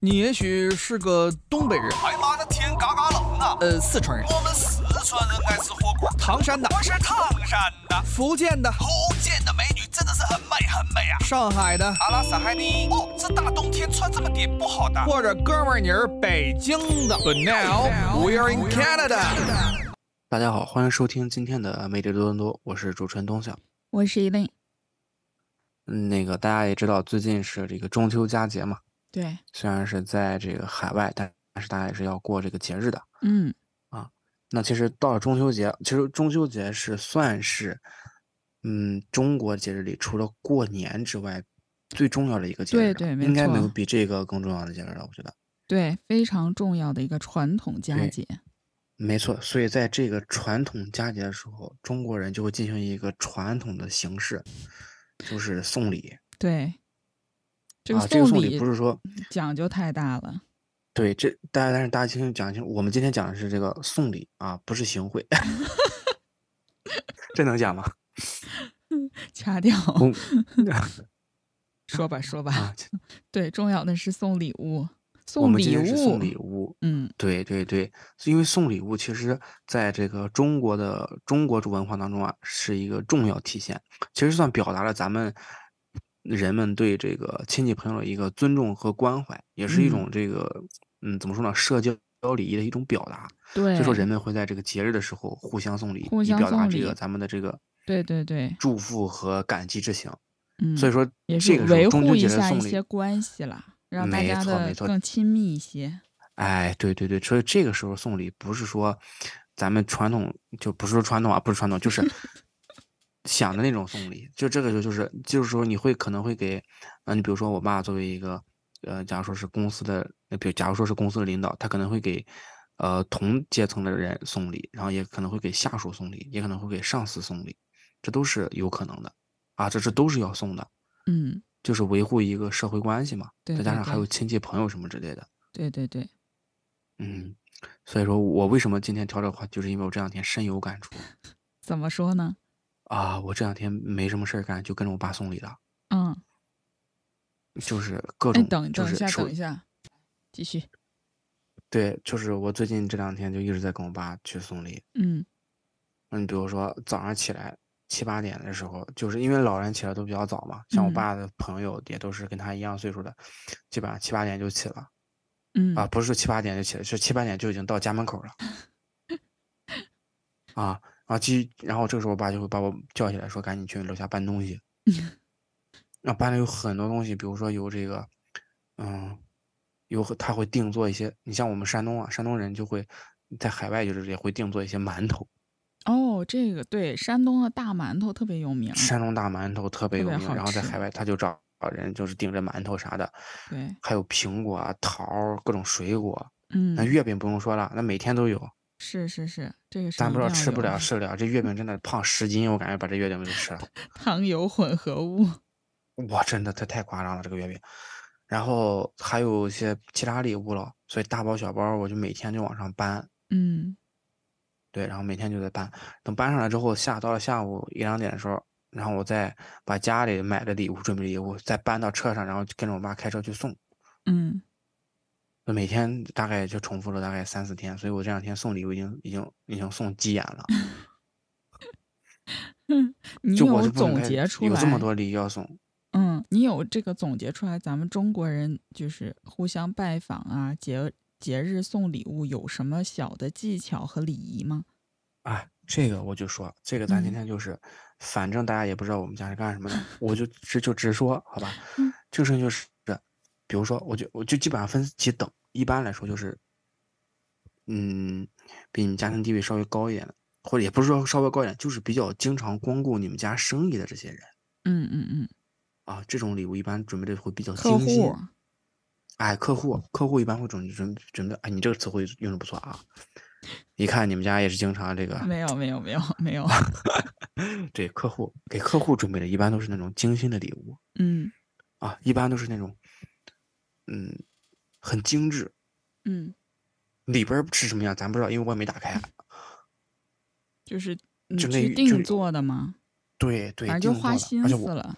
你也许是个东北人，哎妈，那天嘎嘎冷啊！呃，四川人，我们四川人爱吃火锅，唐山的，我是唐山的。福建的，福建的美女真的是很美很美啊！上海的，阿拉斯海尼，哦，这大冬天穿这么点不好的。或者哥们儿你是北京的。But now we're in Canada。大家好，欢迎收听今天的《魅力多伦多》，我是主持人东晓。我是一令，嗯，那个大家也知道，最近是这个中秋佳节嘛，对，虽然是在这个海外，但是大家也是要过这个节日的。嗯，那其实到了中秋节，其实中秋节是算是，嗯，中国节日里除了过年之外最重要的一个节日对了，对没应该没有错比这个更重要的节日了，我觉得。对，非常重要的一个传统佳对节，没错，所以在这个传统佳节的时候，中国人就会进行一个传统的形式，就是送礼。对，这啊，这个送送礼不是说讲究太大了，对这，大家但是大家清楚讲清楚，我们今天讲的是这个送礼啊，不是行 贿。这能讲吗？掐掉， 公说吧说吧，啊，对，重要的是送礼物，我送们今礼天是物送，礼物，嗯，对对对，因为送礼物其实在这个中国的中国文化当中啊，是一个重要体现，其实算表达了咱们人们对这个亲戚朋友的一个尊重和关怀，也是一嗯种这个嗯怎么说呢，社交礼仪的一种表达。对，所以说人们会在这个节日的时候互相送礼，互以相表达送这个礼咱们的这个对对对，祝福和感激之情。嗯，所以说说也这是个时维候中秋护节一的下一送些礼，关系啦，让大没家错没的错更亲密一些，哎，对对对，所以这个时候送礼不是说咱们传统，就不是说传统啊，不是传统，就是 想的那种送礼。就这个就就是就是说你会可能会给，嗯、你比如说我爸作为一个，呃，假如说是公司的，呃比如假如说是公司的领导，他可能会给，呃，同阶层的人送礼，然后也可能会给下属送礼，也可能会给上司送礼，这都是有可能的，啊，这这都是要送的，嗯，就是维护一个社会关系嘛，对再加对上还对有亲戚朋友什么之类的。对对对，嗯，所以说我为什么今天挑这个话，就是因为我这两天深有感触怎么说呢？啊！我这两天没什么事儿干，就跟着我爸送礼了，嗯，就是各哎，种，等就等一是下，除等一下，继续，对，就是我最近这两天就一直在跟我爸去送礼。嗯，嗯，比如说早上起来七八点的时候，就是因为老人起来都比较早嘛，像我嗯爸的朋友也都是跟他一样岁数的，基本上七八点就起了嗯啊，不是说七八点就起来，是七八点就已经到家门 口了啊。然后继，然后这个时候我爸就会把我叫起来说，赶紧去楼下搬东西。 那班里有很多东西，比如说有这个，嗯，有很他会定做一些，你像我们山东啊，山东人就会在海外就是也会定做一些馒头，哦，这个对，山东的大馒头特别有名儿。山东大馒头特别有特别名，好然后在吃海外他就找人就是定这馒头啥的，对，还有苹果啊、桃儿各种水果，那嗯，月饼不用说了，那每天都有，是是是，这个是咱一不知道定要吃不有 了吃得了，这月饼真的胖十斤，我感觉把这月饼都吃了。糖油混合物。哇，真的，它太夸张了，这个月饼。然后还有一些其他礼物了，所以大包小包，我就每天就往上搬，嗯，对，然后每天就在搬。等搬上来之后，下到了下午一两点的时候，然后我再把家里买的礼物、准备的礼物再搬到车上，然后跟着我妈开车去送。嗯，那每天大概就重复了大概三四天，所以我这两天送礼物已经已经已经送急眼了，你就我有就不能总开结出有来，这么多礼要送，嗯，你有这个总结出来，咱们中国人就是互相拜访啊，节节日送礼物有什么小的技巧和礼仪吗？啊，这个我就说，这个咱今嗯天就是，反正大家也不知道我们家是干什么 的，我就直就直说，好吧嗯？这个事情就是，比如说，我就我就基本上分几等，一般来说就是，嗯，比你们家庭地位稍微高一点的，或者也不是说稍微高一点，就是比较经常光顾你们家生意的这些人嗯嗯嗯，啊，这种礼物一般准备的会比较客精心。户，哎，客户客户一般会准准准备，哎，你这个词汇用的不错 啊，一看你们家也是经常这个。没有没有没有 没有，对客户给客户准备的，一般都是那种精心的礼物嗯啊，一般都是那种，嗯，很精致，嗯，里边儿是什么样咱不知道，因为我也没打开。啊就是你就那去就定做的吗？对对，反正定就做花的心而且思我了。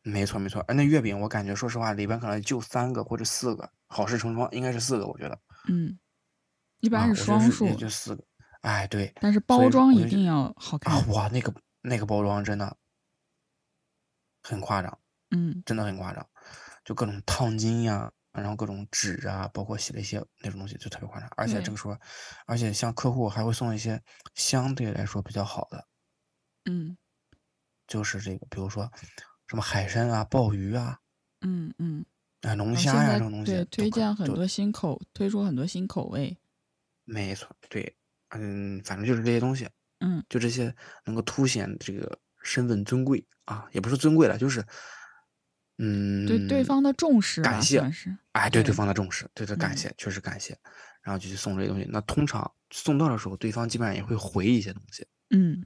没错没错，而那月饼我感觉说实话里边可能就三个或者四个，好事成双应该是四个，我觉得嗯，一一般是双数，啊就四个。哎，对但是以包说我装一就定要好看。啊，哇，那个那个包装真的很夸张，嗯真的很夸张，就各种烫金呀、然后各种纸啊，包括写了一些那种东西，就特别夸张。而且对这个时候，而且像客户还会送一些相对来说比较好的，嗯就是这个，比如说什么海参啊、鲍鱼啊、嗯嗯，啊龙啊虾现呀、在这种东西对都推可以，荐很就多新口，推出很多新口味。没错，对，嗯，反正就是这些东西，嗯就这些能够凸显这个身份尊贵啊，也不是尊贵了，就是，嗯，对对方的重视感吧，谢算是。哎，对对对方的重视，对他感嗯谢，确实感谢，然后就去送这些东西。那通常送到的时候，对方基本上也会回一些东西，嗯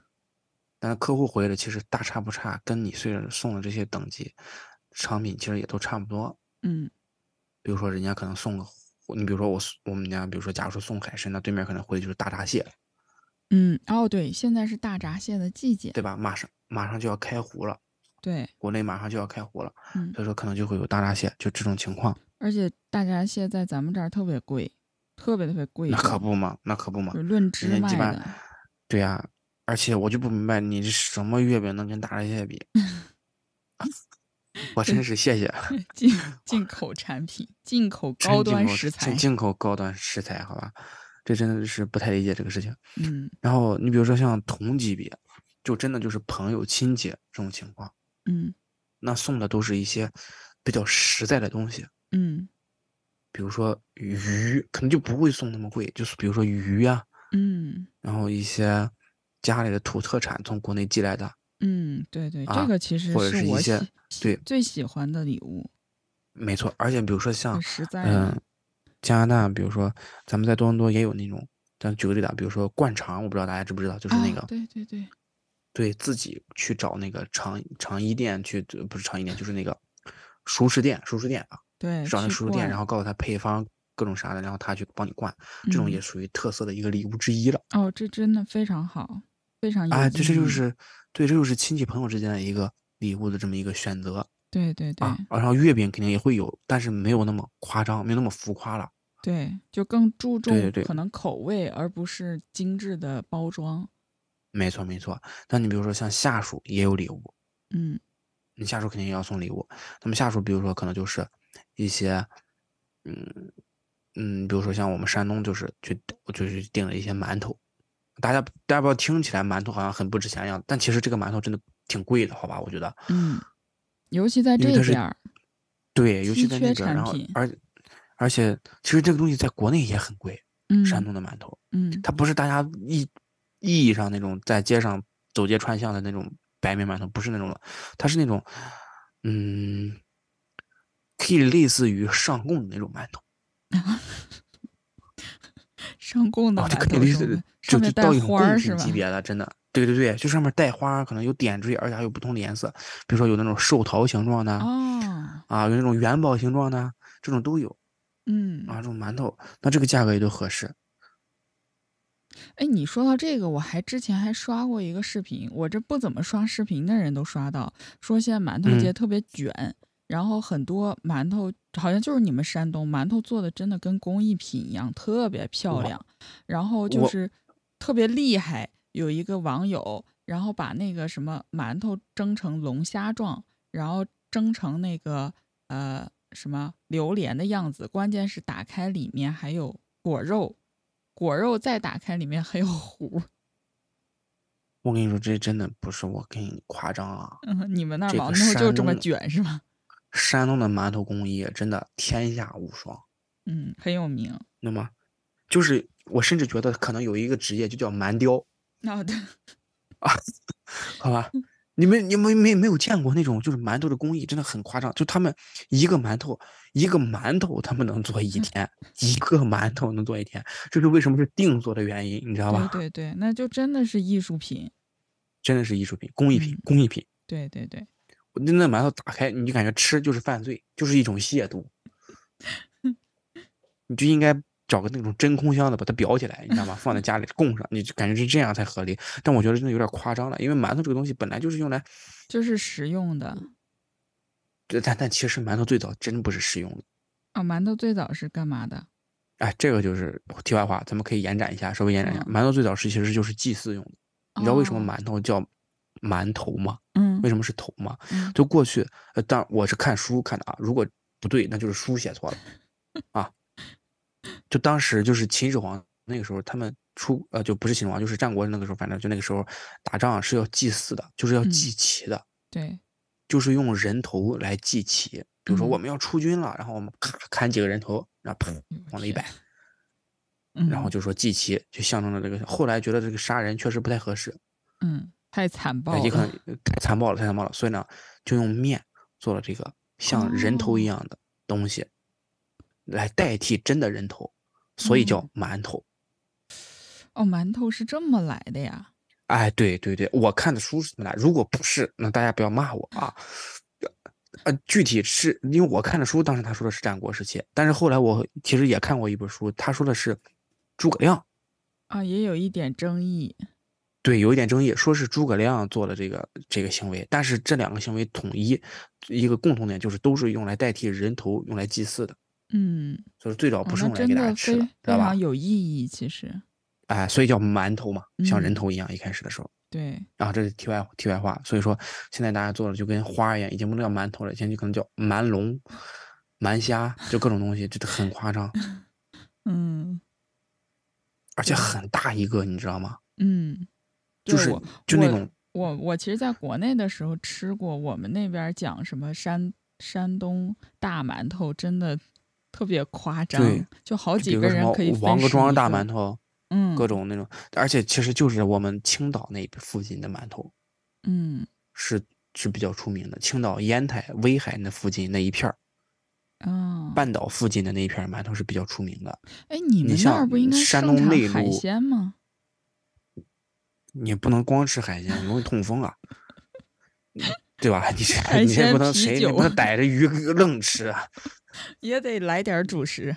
但是客户回的其实大差不差，跟你虽然送的这些等级商品其实也都差不多。嗯比如说人家可能送个，你比如说我送我们家，比如说假如说送海参，那对面可能回的就是大闸蟹，嗯，哦对，现在是大闸蟹的季节。对吧？马上马上就要开湖了，对，国内马上就要开湖了，嗯，所以说可能就会有大闸蟹，就这种情况，而且大闸蟹在咱们这儿特别贵，特别特别贵那重，可不嘛，那可不嘛就，是论只人家卖基本的上。，对呀、而且我就不明白你这什么月饼能跟大闸 蟹比，我真是谢谢，进进口产品，进口 高真进端口食真材。进口高端食材，好吧，这真的是不太理解这个事情。嗯然后你比如说像同级别，就真的就是朋友亲戚这种情况，嗯那送的都是一些比较实在的东西，嗯比如说鱼，可能就不会送那么贵，就是比如说鱼呀、嗯然后一些家里的土特产从国内寄来的，嗯，对对，啊这个其实或者是一我喜些喜对最喜欢的礼物，没错。而且比如说像很实在嗯、的。加拿大，比如说咱们在多伦多也有那种，咱举个例子啊，比如说灌肠，我不知道大家知不知道，就是那啊个、对对对，对自己去找那个肠肠衣店去，呃不是肠衣店，就是那个熟食店，熟食店啊，对，去找那去熟食店，逛然后告诉他配方各种啥的，然后他去帮你灌，这种也嗯属于特色的一个礼物之一了。哦，这真的非常好，非常有啊，这这就意义是对，这就是亲戚朋友之间的一个礼物的这么一个选择对对对、啊。然后月饼肯定也会有，但是没有那么夸张，没有那么浮夸了。对，就更注重对对可能口味，而不是精致的包装。没错没错。那你比如说像下属也有礼物，嗯你下属肯定也要送礼物。那么下属比如说可能就是一些，嗯嗯，比如说像我们山东就是去就是订了一些馒头，大家大家不要听起来馒头好像很不值钱一样，但其实这个馒头真的挺贵的，好吧？我觉得。嗯，尤其在因这为它是边儿，对，尤稀其在那缺边产儿，然后品而而且其实这个东西在国内也很贵，嗯，山东的馒头，嗯它不是大家意意义上那种在街上走街串巷的那种白面馒头，不是那种的，它是那种嗯，可以类似于上供的那种馒头，上供的哦，就馒可以头类什么似的，就上就面带到一种花儿贡是品吧级？别的，真的。对对对，就上面带花儿，可能有点缀，而且还有不同的颜色，比如说有那种寿桃形状的，哦，啊，有那种元宝形状的，这种都有。嗯，啊，这种馒头，那这个价格也都合适。哎，你说到这个，我还之前还刷过一个视频，我这不怎么刷视频的人都刷到，说现在馒头界嗯特别卷，然后很多馒头好像就是你们山东馒头做的真的跟工艺品一样，特别漂哇亮，然后就我是特别厉害。有一个网友，然后把那个什么馒头蒸成龙虾状，然后蒸成那个呃什么榴莲的样子，关键是打开里面还有果肉，果肉再打开里面还有核。我跟你说，这真的不是我跟你夸张啊！嗯，你们那儿 这馒个头就山这么东卷是 吧？山东的馒头工艺真的天下无双。嗯，很有名。那么，就是我甚至觉得可能有一个职业就叫蛮雕，那、对，好吧？嗯你们你们没没有见过那种就是馒头的工艺真的很夸张，就他们一个馒头一个馒头他们能做嗯一天，一个馒头能做一天，这是为什么是定做的原因，你知道吧？对对对，那就真的是艺术品。真的是艺术品，工艺品嗯，工艺品。对对对，我那那馒头打开，你就感觉吃就是犯罪，就是一种亵渎。你就应该找个那种真空箱的，把它裱起来，你知道吗？放在家里供上，你就感觉是这样才合理。但我觉得真的有点夸张了，因为馒头这个东西本来就是用来就是实用的。这但但其实馒头最早真不是食用的。啊，馒头最早是干嘛的？哎，这个就是题外话，咱们可以延展一下，稍微延展一下。嗯馒头最早是其实就是祭祀用的，你知道为什么哦馒头叫馒头吗？嗯为，什么是头吗？嗯就过去，呃，但我是看书看的啊，如果不对，那就是书写 错了啊。就当时就是秦始皇那个时候，他们出呃就不是秦始皇，就是战国那个时候，反正就那个时候打仗是要祭祀的，就是要嗯祭旗的，对，就是用人头来祭旗。比如说嗯我们要出军了，然后我们咔砍几个人头，然后砰哎呦我往那一天摆，嗯然后就说祭旗，就象征了这个。后来觉得这个杀人确实不太合适，嗯，太残暴哎也可能了，呃太残暴了，太残暴了，所以呢，就用面做了这个像人头一样的东西，来代替真的人头，所以叫嗯馒头。哦，馒头是这么来的呀？哎，对对对，我看的书是这么来，如果不是，那大家不要骂我啊。呃，具体是因为我看的书，当时他说的是战国时期，但是后来我其实也看过一本书，他说的是诸葛亮，啊，也有一点争议。对，有一点争议，说是诸葛亮做了这个这个行为，但是这两个行为统一一个共同点就是都是用来代替人头用来祭祀的，嗯，所以最早哦不是那用来真给大的家吃非的，知非道吧常？有意义，其实哎，所以叫馒头嘛，像人嗯头一样，一开始的时候。对，啊，这是题外题外话，所以说现在大家做的就跟花儿一样，已经不能叫馒头了，以前就可能叫蛮龙、蛮虾，就各种东西，真的很夸张，嗯而且很大一个，你知道吗？嗯，就对是我就那我种我我其实在国内的时候吃过，我们那边讲什么山山东大馒头，真的特别夸张，就好比几如个说什人么可以分王各食庄一大个馒，头，嗯，各种那种，而且其实就是我们青岛那边附近的馒头嗯是是比较出名的，青岛、烟台、威海那附近那一片儿，啊，半岛附近的那一片儿馒头是比较出名的。哎，你们那儿像不应该山盛东产内海陆鲜吗？ 你不能光吃海鲜，容易痛风啊，嗯对吧？ 你这海你这鲜不能啤谁，你酒不能逮着鱼愣吃啊。也得来点儿主食。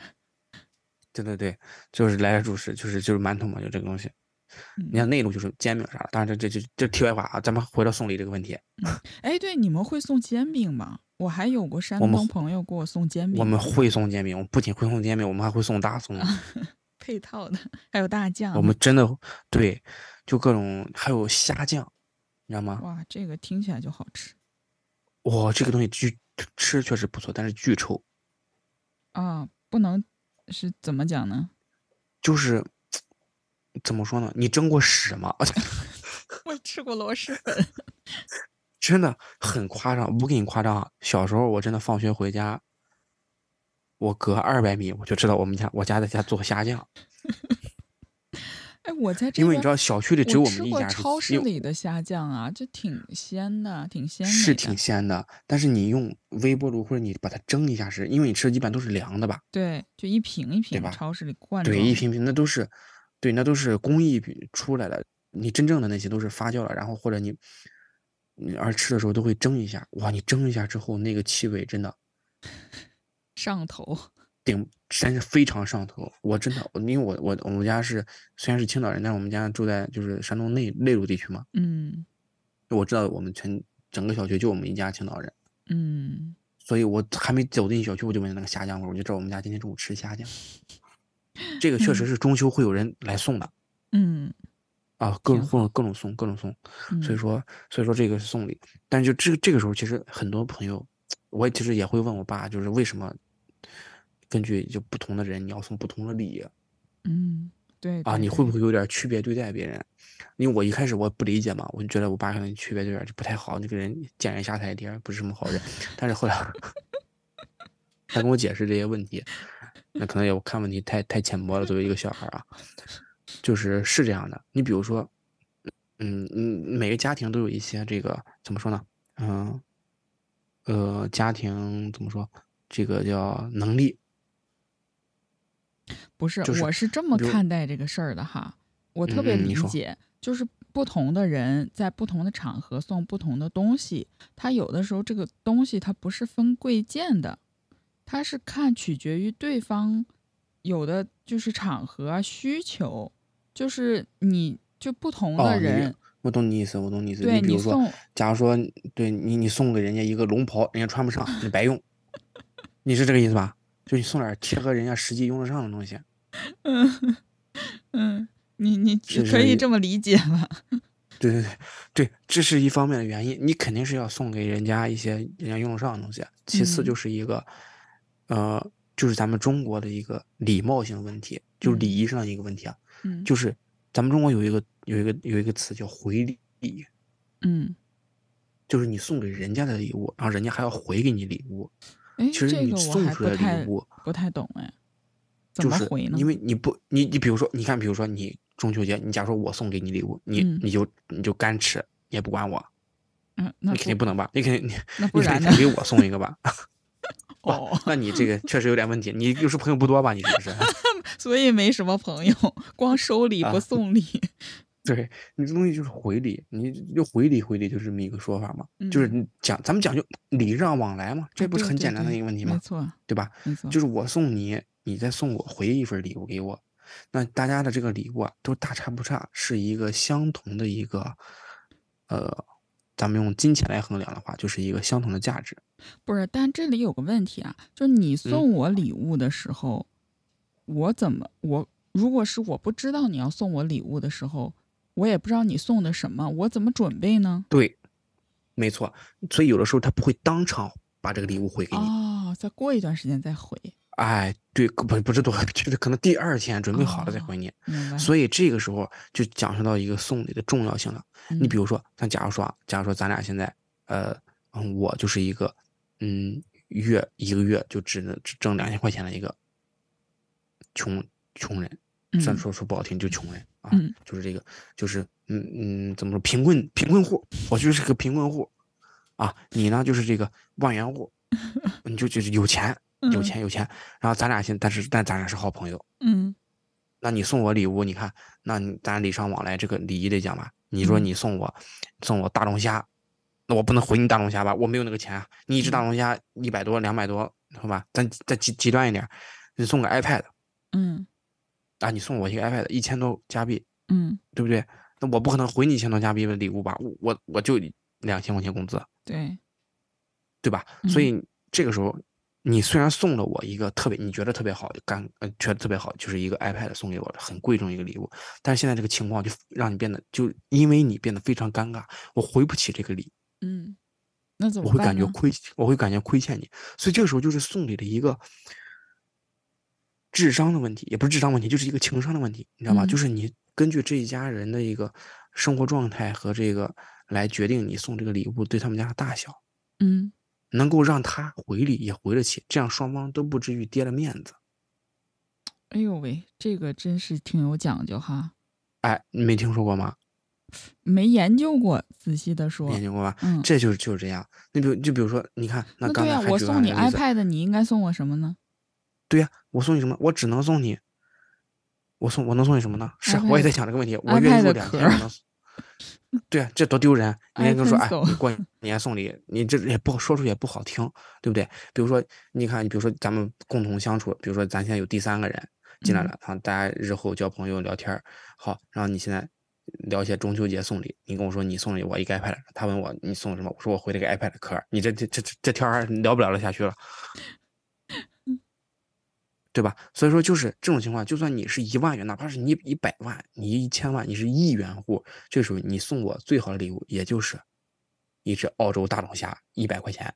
对对对，就是来点主食，就是就是馒头嘛，就这个东西。你嗯像内陆就是煎饼啥的，当然这这这这题外话啊，咱们回到送礼这个问题，哎，对，你们会送煎饼吗？我还有过山我们东会朋友给我送煎饼，我们会送煎饼，我们不仅会送煎饼，我们还会送大葱。啊配套的， 还有大酱。我们真的对，就各种还有虾酱，你知道吗？哇，这个听起来就好吃哇，这个东西巨吃确实不错，但是巨臭，啊！不能是怎么讲呢？ 就是怎么说呢？你蒸过屎吗？ 我吃过螺蛳粉，真的很夸张，不给你夸张啊。小时候我真的放学回家，我隔二百米我就知道我们家我家在家做虾酱，哎，我在这因为边你知道小区里只有我们吃一过家是超市因为里的虾酱啊，就挺鲜的，挺鲜美的。是挺鲜的，但是你用微波炉或者你把它蒸一下是，因为你吃的一般都是凉的吧？对，就一瓶一瓶吧超市里罐装对，的。一瓶瓶那都是，对，那都是工艺品出来的。你真正的那些都是发酵了，然后或者你，你而吃的时候都会蒸一下。哇，你蒸一下之后，那个气味真的上头。顶，真是非常上头。我真的，因为我我我们家是虽然是青岛人，但是我们家住在就是山东内内陆地区嘛，嗯我知道我们全整个小区就我们一家青岛人。嗯，所以我还没走进小区，我就闻见那个虾酱味儿，我就知道我们家今天中午吃虾酱。这个确实嗯是中秋会有人来送的嗯，啊，各挺种各种各种送，各种送。所以嗯说，所以说这个是送礼，但就这这个时候，其实很多朋友，我也其实也会问我爸，就是为什么根据就不同的人，你要送不同的礼嗯，对啊？对你会不对会有点区别对待别人？因为我一开始我不理解嘛，我就觉得我爸可能区别对待就不太好，这个人见人下菜碟儿，不是什么好人。但是 后来他跟我解释这些问题，那可能也我看问题太太浅薄了，作为一个小孩儿啊，就是是这样的。你比如说，嗯嗯，每个家庭都有一些这个怎么说呢？嗯，呃，家庭怎么说？这个叫能力，不是？就是我是这么比如看待这个事儿的哈，我特别嗯嗯你理说解，就是不同的人在不同的场合送不同的东西，他有的时候这个东西它不是分贵贱的，它是看取决于对方有的就是场合啊需求，就是你就不同哦的你人，我懂你意思，我懂你意思。对你比你如说送，假如说对你你送给人家一个龙袍，人家穿不上，你白用，你是这个意思吧？就你送点儿贴合人家实际用得上的东西。嗯 嗯，你你是可以是这么理解吧？对对对对，这是一方面的原因，你肯定是要送给人家一些人家用得上的东西。啊其次就嗯是一个，呃，就是咱们中国的一个礼貌性问题，就是礼仪上的一个问题啊，嗯，就是咱们中国有一个有一个有一个词叫回礼，嗯，就是你送给人家的礼物，然后人家还要回给你礼物。哎，其实这你个我送还出不来礼太物不太懂哎，怎就么是回呢？因为你不，你你比如说，你看，比如说你中秋节，你假如说我送给你礼物，你嗯你就你就干吃，你也不管我，嗯，那你肯定不能吧？你肯定你那不你肯然呢定？啊给我送一个吧？ 哦，那你这个确实有点问题，你就是朋友不多吧？你是不是？ 所以没什么朋友，光收礼不啊送礼。对，你这东西就是回礼，你就回礼回礼就是这么一个说法嘛， 就是嗯你讲咱们讲究礼让往来嘛，这啊不是对很对简单的对一个问题没吗？错，对吧？没错，就是我送你，你再送我回一份礼物给我。那大家的这个礼物啊，都大差不差，是一个相同的一个，呃，咱们用金钱来衡量的话，就是一个相同的价值。不是，但这里有个问题啊，就是你嗯送我礼物的时候，我怎么我如果是我不知道你要送我礼物的时候，我也不知道你送的什么，我怎么准备呢？对，没错。所以有的时候他不会当场把这个礼物回给你，哦，再过一段时间再回，哎，对，不不是多， 就是可能第二天准备好了再哦回你。明白？所以这个时候就讲述到一个送礼的重要性了。你嗯比如说，像假如说啊，假如说咱俩现在，呃，嗯，我就是一个，嗯，月一个月就只能只挣两千块钱的一个穷穷人，虽然嗯说说不好听，就穷人啊，嗯就是这个，就是嗯嗯，怎么说，贫困贫困户，我就是个贫困户，啊，你呢就是这个万元 户，你就就是有钱有嗯钱有钱，然后咱俩现但是但咱俩是好朋友，嗯那你送我礼物，你看，那你咱礼尚往来，这个礼仪得讲吧？你说嗯你送我，送我大龙虾，那我不能回你大龙虾吧？我没有那个钱啊。你一只大嗯龙虾一百多、两百多，好吧？咱再极极端一点儿，你送个 iPad 嗯啊，你送我一个 iPad，一千多加币，嗯，对不对？那我不可能回你一千多加币的礼物吧？我我我就两千块钱工资，对，对吧？所嗯以这个时候，你虽然送了我一个特别你觉得特别好，干呃觉得特别好，就是一个 iPad 送给我的很贵重一个礼物，但是现在这个情况就让你变得就因为你变得非常尴尬，我回不起这个礼，嗯，那怎我么会办感觉呢亏，我会感觉亏欠你，所以这个时候就是送礼的一个。智商的问题也不是智商问题，就是一个情商的问题，你知道吗？嗯就是你根据这一家人的一个生活状态和这个来决定你送这个礼物对他们家的大小。嗯能够让他回礼也回了起，这样双方都不至于跌了面子。哎呦喂，这个真是挺有讲究哈，哎，你没听说过吗？没研究过，仔细的说没，研究过吧？嗯，这就是就是这样。你比如就比如说，你看，那那刚对才呀、还我举了送你那个例子 iPad，你应该送我什么呢？对呀、我送你什么？我只能送你，我送我能送你什么呢？是啊，我也在想这个问题。我月 iPad 入的两壳千，我能送。对啊，这多丢人！人家跟我说，哎， iPencil 你过年送礼，你这也不好说出也不好听，对不对？比如说，你看，比如说咱们共同相处，比如说咱现在有第三个人进来嗯了，然后大家日后交朋友聊天儿，好，然后你现在聊一些中秋节送礼，你跟我说你送了我一个 iPad，他问我你送了什么，我说我回了个 iPad 壳儿，你这这这这这天儿聊不了了下去了，对吧？所以说就是这种情况，就算你是一万元，哪怕是你一百万，你一千万，你是亿元户，这时候你送我最好的礼物，也就是一只澳洲大龙虾，一百块钱。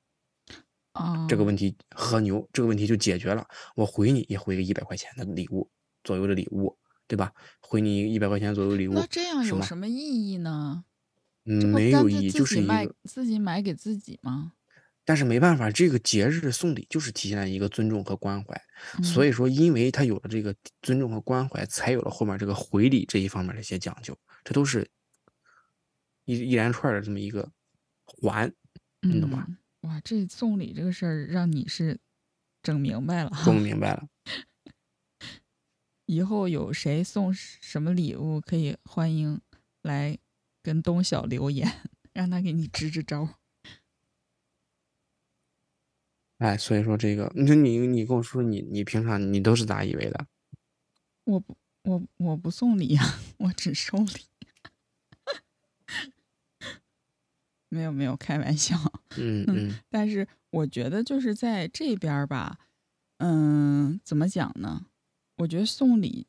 啊，这个问题和牛这个问题就解决了，我回你也回个一百块钱的礼物左右的礼物，对吧？回你一百块钱左右的礼物那，这样是有吗什么意义呢？嗯这不没干有脆意义，自就己是一卖个。自己买给自己吗？但是没办法，这个节日送礼就是体现了一个尊重和关怀。所以，以说，因为他有了这个尊重和关怀，才有了后面这个回礼这一方面的一些讲究，这都是一一连串的这么一个环，你懂吧？嗯，哇，这送礼这个事儿让你是整明白了哈弄。明白啊了。以后有谁送什么礼物，可以欢迎来跟东晓留言， 让他给你支支招。哎，所以说这个，你说你你跟我说你你平常你都是咋以为的？ 我不，我我不送礼呀、我只收礼。 没有没有开玩笑。嗯嗯嗯但是我觉得就是在这边儿吧，嗯，怎么讲呢？我觉得送礼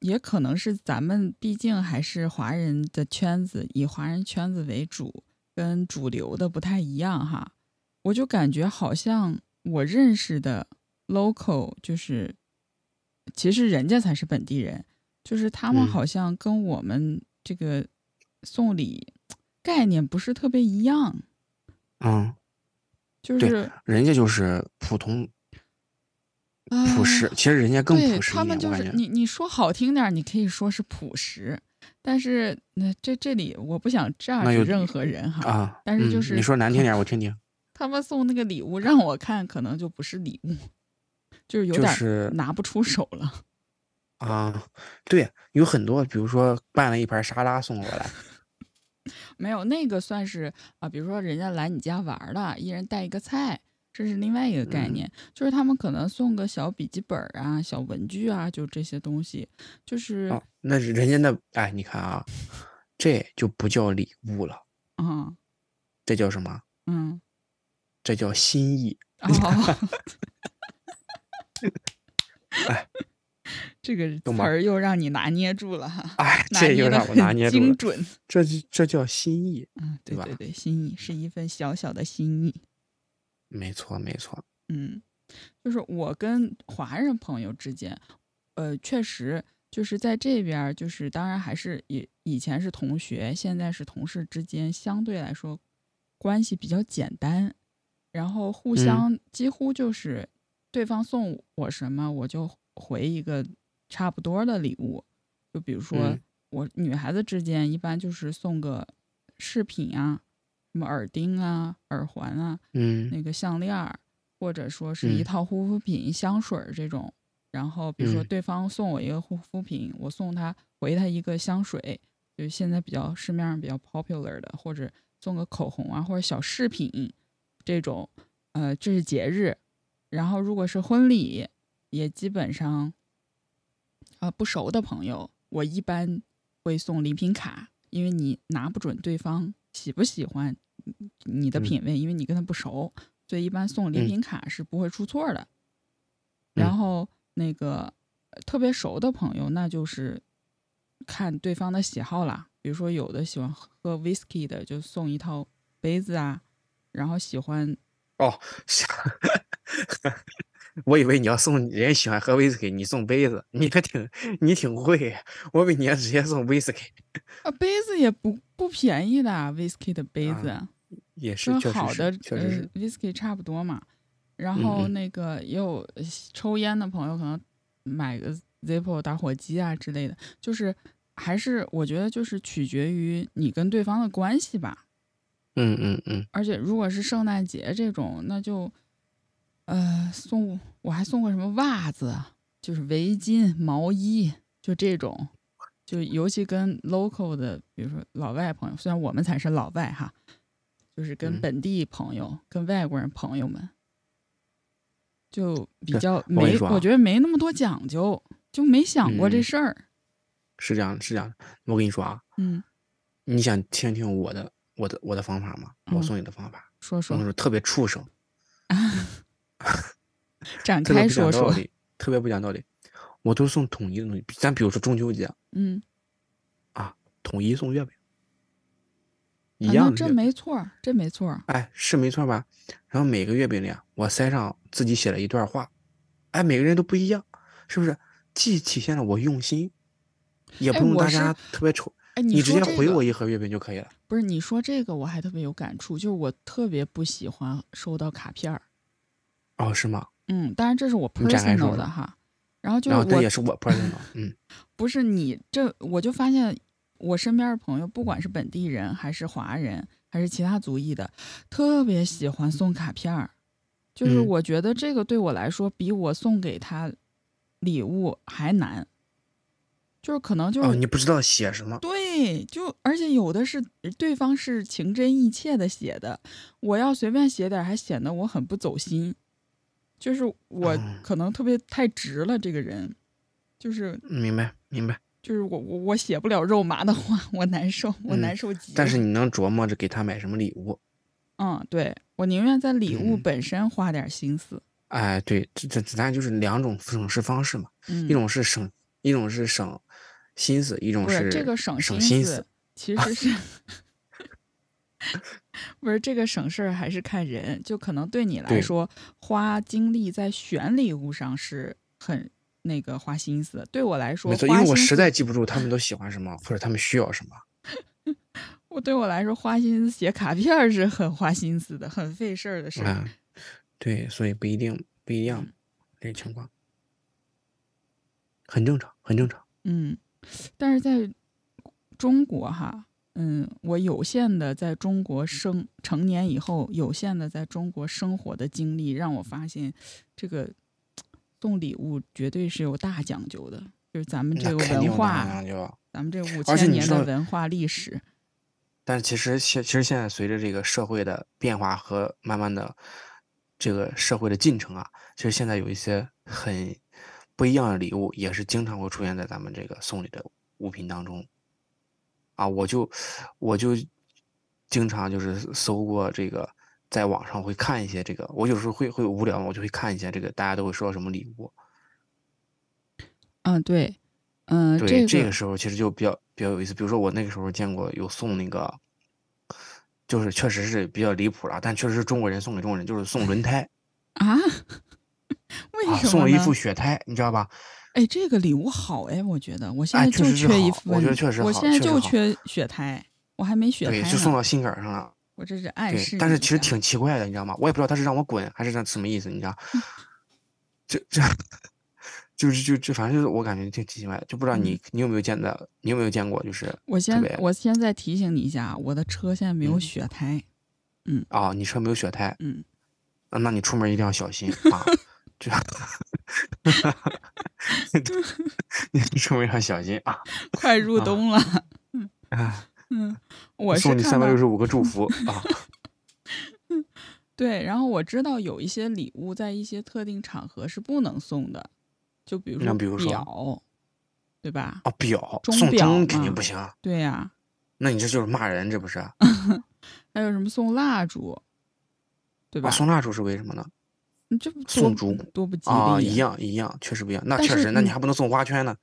也可能是咱们毕竟还是华人的圈子，以华人圈子为主，跟主流的不太一样哈。我就感觉好像我认识的 local 就是，其实人家才是本地人，就是他们嗯好像跟我们这个送礼概念不是特别一样，嗯，就对是。人家就是普通啊朴实，其实人家更对朴实他一们点，就我是感觉。你你说好听点儿，你可以说是朴实，但是那、这这里我不想这样那有任何人哈。啊，但是就嗯是你说难听点儿，我听 听，他们送那个礼物让我看，可能就不是礼物， 就是有就点是儿拿不出手了。 啊，对，有很多，比如说拌了一盘沙拉送过来，没有那个算是啊、比如说人家来你家玩儿了，一人带一个菜，这是另外一个概嗯念。就是他们可能送个小笔记本儿啊、小文具啊，就这些东西，就是啊，那是人家那，哎，你看啊，这就不叫礼物了，嗯这叫什么？嗯这叫心意。 哦，这个词哎懂吗儿又让你拿捏住了哈，哎，拿这捏又得让我拿很捏住精了，准。这就这叫心意，嗯，对对吧对对，心意是一份小小的心意。没错没错，嗯，就是我跟华人朋友之间，呃，确实就是在这边儿，就是当然还是以以前是同学，现在是同事之间，相对来说关系比较简单，然后互嗯相几乎就是对方送我什么，我就回一个差不多的礼物，就比如说嗯我女孩子之间一般就是送个饰品啊，什么耳钉啊、耳环啊，嗯那个项链儿，或者说是一嗯套护肤品、香水儿这种。然后比如说嗯对方送我一个护肤品，我送他回他一个香水，就是现在比较市面上比较 popular 的，或者送个口红啊，或者小饰品这种。呃，这是节日，然后如果是婚礼，也基本上，啊，不熟的朋友，我一般会送礼品卡，因为你拿不准对方喜不喜欢你的嗯品味，因为你跟他不熟，所以一般送礼嗯品卡是不会出错的。嗯然后那个呃特别熟的朋友，那就是看对方的喜好啦。比如说，有的喜欢喝 whisky 的，就送一套杯子啊；然后喜欢哦， 我以为你要送人家喜欢喝威士忌，你送杯子，你还挺你挺会，我以为你要直接送威士忌，啊，杯子也不不便宜的啊，whisky 的杯子，也是跟确实嗯好是的确实是，呃、whisky 差不多嘛。然后嗯那个也有呃抽烟的朋友，可能买个 Zippo 打火机啊之类的，就是还是我觉得就是取决于你跟对方的关系吧。嗯嗯嗯，而且如果是圣诞节这种，那就，呃，送我还送过什么袜子，啊就是围巾、毛衣，就这种，就尤其跟 local 的，比如说老外朋友，虽然我们才是老外哈，就是跟嗯本地朋友、跟外国人朋友们，就比对较我跟你没，说我啊觉得没那么多讲究，就没想过这嗯事儿。是这样的是这样的，我跟你说啊，嗯，你想听听我的我的我的方法吗？我嗯送你的方法，说我说跟你，说特别畜生，展特别开不讲说道说。理，特别不讲道理，我都送统一的东西，咱比如说中秋节嗯，啊，统一送月饼，一啊那样的月这饼。没错儿，这没错儿。哎，是没错吧？然后每个月饼里啊，我塞上自己写了一段话，哎，每个人都不一样，是不是？既体现了我用心，也哎不用我大是家特别愁，哎，你直说接这回个我一盒月饼就可以了。不是你说这个，我还特别有感触，就是我特别不喜欢收到卡片儿。哦，是吗？嗯，当然这是我你展开说 personal 的说哈。然后就是然后这我也是我 personal，嗯不是你这，我就发现我身边的朋友，不管是本地人还是华人还是其他族裔的，特别喜欢送卡片儿。就是嗯我觉得这个对我来说，比我送给他礼物还难。就是可能就是哦，你不知道写什么，对，就而且有的是对方是情真意切的写的，我要随便写点儿，还显得我很不走心。就是我嗯可能特别太直了，这个人，就是明白明白？就是我我我写不了肉麻的话，我难受，我嗯难受极了。但是你能琢磨着给他买什么礼物。嗯，对我宁愿在礼物嗯本身花点心思。哎，对，这这咱就是两种省事方式嘛，嗯，一种是省，一种是省心思，一种不是是这个省省心思。，其实是 不是这个省事儿还是看人，就可能对你来对说，花精力在选礼物上是很那个花心思的。对我来说，没错，因花为我心实思在记不住他们都喜欢什么，或者他们需要什么。我对我来说，花心思写卡片儿是很花心思的，很费事儿的事儿。啊，对，所以不一定不一样，这个情况很正常，很正常。嗯，但是在中国哈，嗯，我有限的在中国生成年以后，有限的在中国生活的经历，让我发现这个送礼物绝对是有大讲究的，就是咱们这那个肯定文有化，那样就。咱们这五而且千你年知的道文化历史，但是其实现其实现在随着这个社会的变化和慢慢的这个社会的进程啊，其实现在有一些很不一样的礼物，也是经常会出现在咱们这个送礼的物品当中。啊，我就我就经常就是搜过这个，在网上会看一些这个，我有时候会会无聊嘛，我就会看一下这个大家都会收到什么礼物。嗯，对，嗯、对，这个、时候其实就比较比较有意思。比如说我那个时候见过有送那个，就是确实是比较离谱了，但确实是中国人送给中国人，就是送轮胎啊， 为啊，什送么了一呢？副雪胎，你知道吧？哎，这个礼物好哎，我觉得我现哎在确就实是缺一好份，我觉得确实我好现在确实就好缺雪胎，我还没雪胎对，呢，就送到心坎儿上了。我这是暗对示，但是你其实的挺奇怪的，你知道吗？我也不知道他是让我滚还是让什么意思，你知道？嗯 就 这，就是就就反正就是我感觉挺奇怪的，就不嗯知道你、你有没有见到，你有没有见过？就是我先别我先再提醒你一下啊，我的车现在没有嗯雪胎， 啊、你车没有雪胎，嗯，啊那你出门一定要小 心啊！这， 你出门要小心啊！快入啊冬了，啊 嗯，我是送你看三百到六十五个祝 福啊！对，然后我知道有一些礼物在一些特定场合是不能送的，就比如那说比如说表，对吧？啊，表钟送表钟肯定嘛不行，啊对呀、那你这就是骂人，这不是？啊，还有什么送蜡烛，对哦吧？啊送蜡烛是为什么呢？你这不送多烛多不吉利啊，呀一样一样，确实不一样。那但确是实，那你嗯还不能送花圈呢？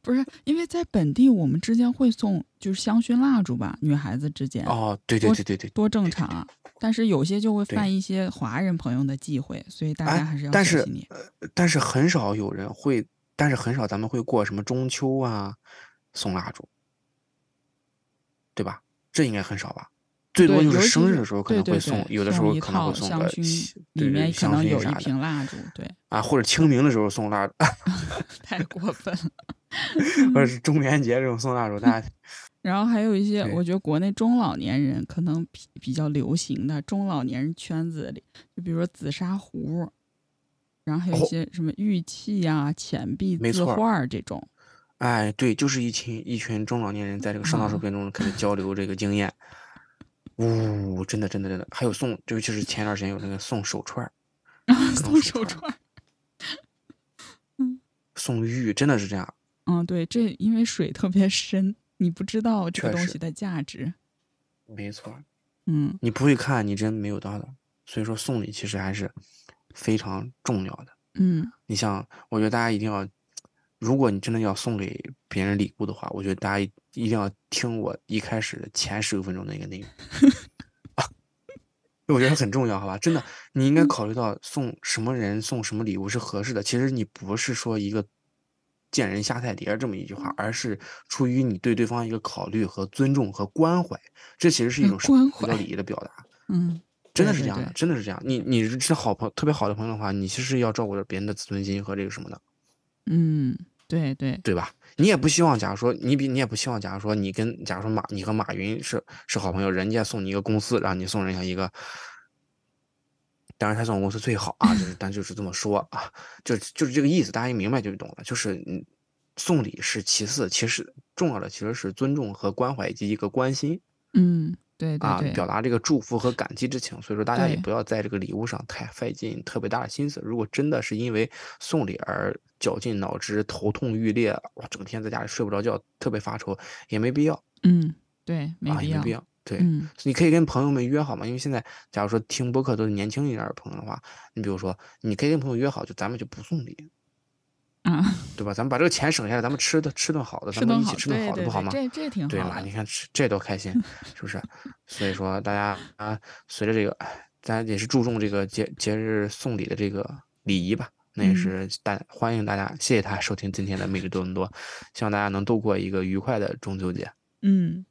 不是，因为在本地我们之间会送就是香薰蜡烛吧，女孩子之间哦，对对嗯我对对对。多正常啊。但是有些就会对犯一些华人朋友的忌讳，所以大家还哎是要，但小是心点。呃但是很少有人会，但是很少咱们会过什么中秋啊，送蜡烛，对吧？这应该很少吧？最多对就尤是其生日是的时候可对能会对送，对有的时送候一可能会套送香个薰喜，里对对面对，可香能薰有一啥的瓶蜡烛，对， 啊，或者清明的时候送蜡烛，太过分了。或者是中元节这种送蜡烛，大家然后还有一些，对我觉得国内中老年人可能比比较流行的中老年人圈子里，就比如说紫砂壶，然后还有一哦些什么玉器呀、钱币、没字错儿画儿这种。哎，对，就是一群一群中老年人在这个上当受啊骗中开始交流这个经验。呜、真的真的真的，还有送，尤其是前段时间有那个送手串儿，各种 送手手串串儿。送玉，真的是这样。嗯，对，这因为水特别深，你不知道这个确东实西的价值。没错，嗯，你不会看，你真没有到的。所以说送礼其实还是非常重要的。嗯，你像，我觉得大家一定要，如果你真的要送给别人礼物的话，我觉得大家一一定要听我一开始的前十五分钟的一个内 容啊我觉得很重要，好吧？真的，你应该嗯考虑到送什么人送什么礼物是合适的。其实你不是说一个见人下菜碟儿这么一句话，而是出于你对对方一个考虑和尊重和关怀，这其实是一种嗯关比较怀礼仪的表达。嗯，真的对是这对样的对，真的是这样。你你是好朋特别好的朋友的话，你其实要照顾着别人的自尊心和这个什么的，嗯，对对，对吧？你也不嗯希望，假如说你比你也不希望，假如说你跟假如说马你和马云是是好朋友，人家送你一个公司，然后你送人家一个，当然他送公司最好啊， 就是但就是这么说啊，就就是这个意思，大家一明白就懂了。就是嗯，送礼是其次，其实重要的其实是尊重和关怀以及一个关心。嗯，对啊对，对，表达这个祝福和感激之情。所以说，大家也对不要在这个礼物上太费尽特别大的心思。如果真的是因为送礼而绞尽脑汁、头痛欲裂，哇，整天在家里睡不着觉，特别发愁，也没必要嗯，对，没啊，必也要，没必要。对，嗯你可以跟朋友们约好嘛，因为现在假如说听播客都是年轻一点儿的朋友的话，你比如说，你可以跟朋友约好，就咱们就不送礼，啊，对吧？咱们把这个钱省下来，咱们吃的吃顿好的，吃咱们顿一好，起吃顿对好的对不好对，吗？这这挺对好嘛？的你，看吃这多开心，是不是？所以说大家啊，随着这个，咱也是注重这个节节日送礼的这个礼仪吧。那也嗯是大欢迎大家，谢谢大家收听今天的《魅力多伦多》，希望大家能度过一个愉快的中秋节。嗯，